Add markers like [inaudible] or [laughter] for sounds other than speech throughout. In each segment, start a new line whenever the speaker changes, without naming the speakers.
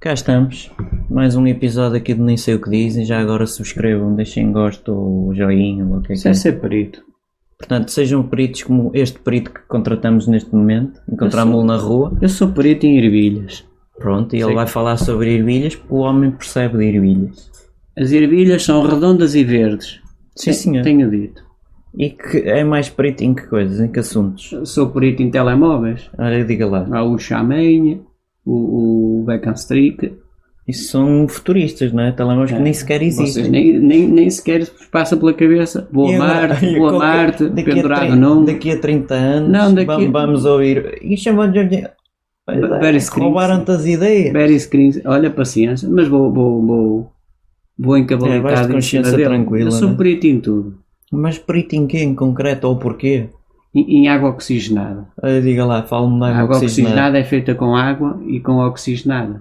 Cá estamos. Mais um episódio aqui de Nem Sei O Que Dizem. Já agora subscrevam, deixem gosto ou joinha ou o que é que é.
Sem ser perito.
Portanto, sejam peritos como este perito que contratamos neste momento. Encontramos-lo na rua.
Eu sou perito em ervilhas.
Pronto, e ele
Sim.
vai falar sobre ervilhas porque o homem percebe de ervilhas.
As ervilhas são redondas e verdes.
Sim,
Te-
senhor.
Tenho dito.
É, E que é mais perito em que coisas? Em que assuntos?
Sou perito em telemóveis.
Ora, diga lá.
Há o Xamain, o, o Beacon
Isso são futuristas, não é? Telemóveis que
É.
nem sequer
Vocês
existem.
nem, nem, nem sequer vos passa pela cabeça.
[laughs]
Boa
E agora-
Marte, Boa
qualquer-
Marte,
daqui a
pendurado
trin-
num.
Daqui a 30 anos
Não, daqui-
vam- vamos ouvir. é E chamam-lhe.
Ba- Barry
é
Scripps.
Roubaram-te as ideias.
Berry Screens. Olha, paciência. Mas vou, vou, vou, vou
É, vais de
encabalitar
consciência tranquila,
Eu sou
né?
perito em tudo.
Mas perito em quê? Em concreto ou porquê?
Em, em água oxigenada.
Ah, diga lá, fala-me da
A água
água oxigenada.
oxigenada é feita com água e com oxigenada.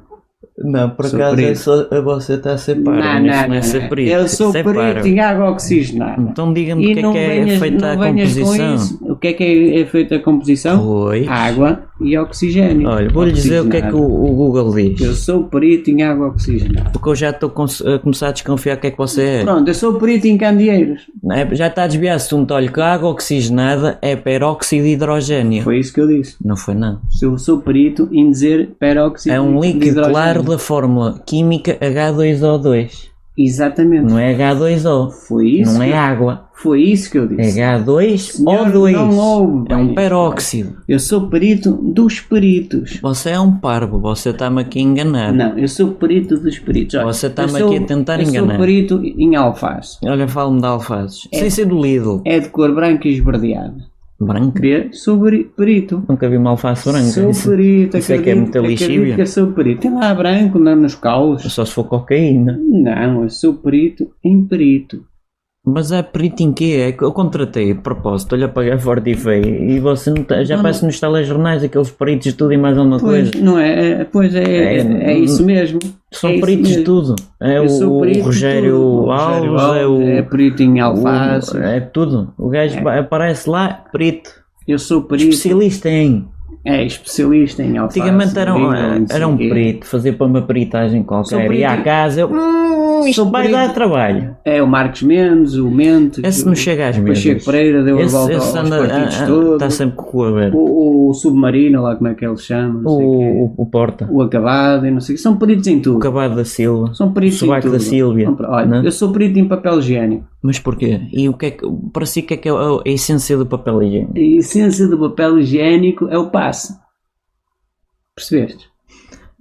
Não, por
Sou
acaso é
perito.
só, você está a ser paro.
não,
Não,
não,
não, é ser
não.
perito.
Eu sou
isso é
perito
paro.
em água oxigenada.
Então diga-me o que é que é feita a
venhas com
composição.
isso. Ah, O que é que é, é feita a composição?
Pois.
Água e oxigênio.
Olha, vou-lhe dizer o que é que o,
Oxigenado.
o Google diz.
Eu sou perito em água oxigenada.
Porque eu já estou com- a começar a desconfiar o que é que você é.
Pronto, eu sou perito em candeeiros.
É, Já está a desviar assunto. Olha, que a água oxigenada é peróxido de hidrogênio.
Foi isso que eu disse.
Não foi, não.
Eu sou perito em dizer peróxido
É um
de
líquido
hidrogênio.
claro da fórmula química H2O2.
Exatamente.
Não é H2O.
Foi isso.
não é
que-
água.
Foi isso que eu
É
disse. Senhor,
H2O2.
não ouve
é um
bem.
peróxido.
Eu sou perito dos peritos.
Você é um parvo. Você está-me aqui a enganar.
Não, eu sou perito dos peritos. Olha,
Ah. Você está-me
eu sou-
aqui a tentar
Eu
enganar.
sou perito em alface.
Olha, fala-me de alfaces. Sem ser do Lidl.
É de cor branca e esverdeada.
Branca.
Vê? Sou beri- perito.
Nunca vi uma alface branca.
Sou
Isso-
perito.
isso é que é
acredito-
muita
acredito
lixívia.
que eu sou perito. Tem lá branco, não é nos caules.
[laughs] Só se for cocaína.
Não, eu sou perito em perito.
Mas é perito em quê? É que eu contratei, de propósito, olha pagar forte e feio. E você não tá- já
Não,
aparece nos telejornais aqueles peritos de tudo e mais alguma
Pois,
coisa.
não é? é- Pois é, é,
É,
é isso mesmo.
São
é isso
peritos de
mesmo.
tudo. É
Eu
o,
sou
o
perito em
Rogério
tudo.
Alves,
Rogério
é o.
É perito em
o-
alface.
é tudo. O gajo ba- aparece lá, perito.
Eu sou perito.
Especialista em.
É especialista em alface.
Antigamente era um,
vinho, não sei
era um
quê.
perito, fazia para uma peritagem qualquer.
perito
E à
em-
casa eu. Hum, isto
Sou
vai
perito.
dar trabalho.
É o Marcos Mendes, o Mendes.
Esse
o-
não chega às
o Pacheco
mesas.
Pereira deu a
Esse,
volta aos
esse
partidos
anda. eh, tá
todos.
Está sempre com o cu a ver.
o, o Submarino, lá como é que ele chama, não sei
O, o, o Porta.
quê. o Acabado e não sei o quê. São peritos em
O
tudo.
Cavado da Silva.
São
O
peritos
Sovaco
em
da
tudo.
Silvia.
Não, Olha,
né?
eu sou perito em papel higiênico.
Mas porquê? E o que é que, para si, o que é que é a, a essência do papel higiênico?
A essência do papel higiênico é o passe. Percebeste?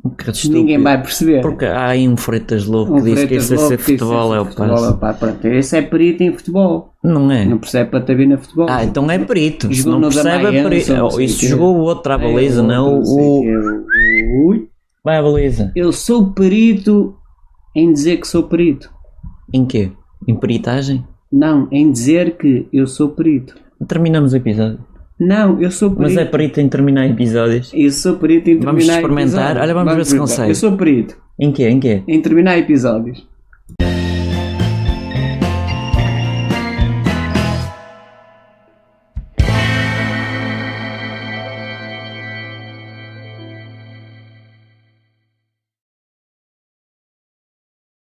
Um bocado estúpido.
Ninguém vai perceber.
Porque há aí um Freitas Lobo
Um
que diz que
Freitas
esse é
Lobo
ser
que disse
futebol é o
futebol é
passo.
o passe. Pronto, esse é perito em futebol.
Não é?
Não percebe para tabina futebol.
Ah, então é perito. Se
Jogou
não
no
percebe, é
Damaiense,
perito.
não
Oh,
sei
isso
quê.
jogou o outro à baliza,
É,
não?
sei
O...
quê, o- Ui.
Vai à baliza.
Eu sou perito em dizer que sou perito.
Em quê? Em peritagem?
Não, em dizer que eu sou perito.
Terminamos o episódio.
Não, eu sou perito.
Mas é perito em terminar episódios.
Eu sou perito em terminar
Vamos experimentar.
episódios.
Olha, vamos ver se
experimentar.
consegue.
Eu sou perito
Em quê? Em quê?
em terminar episódios.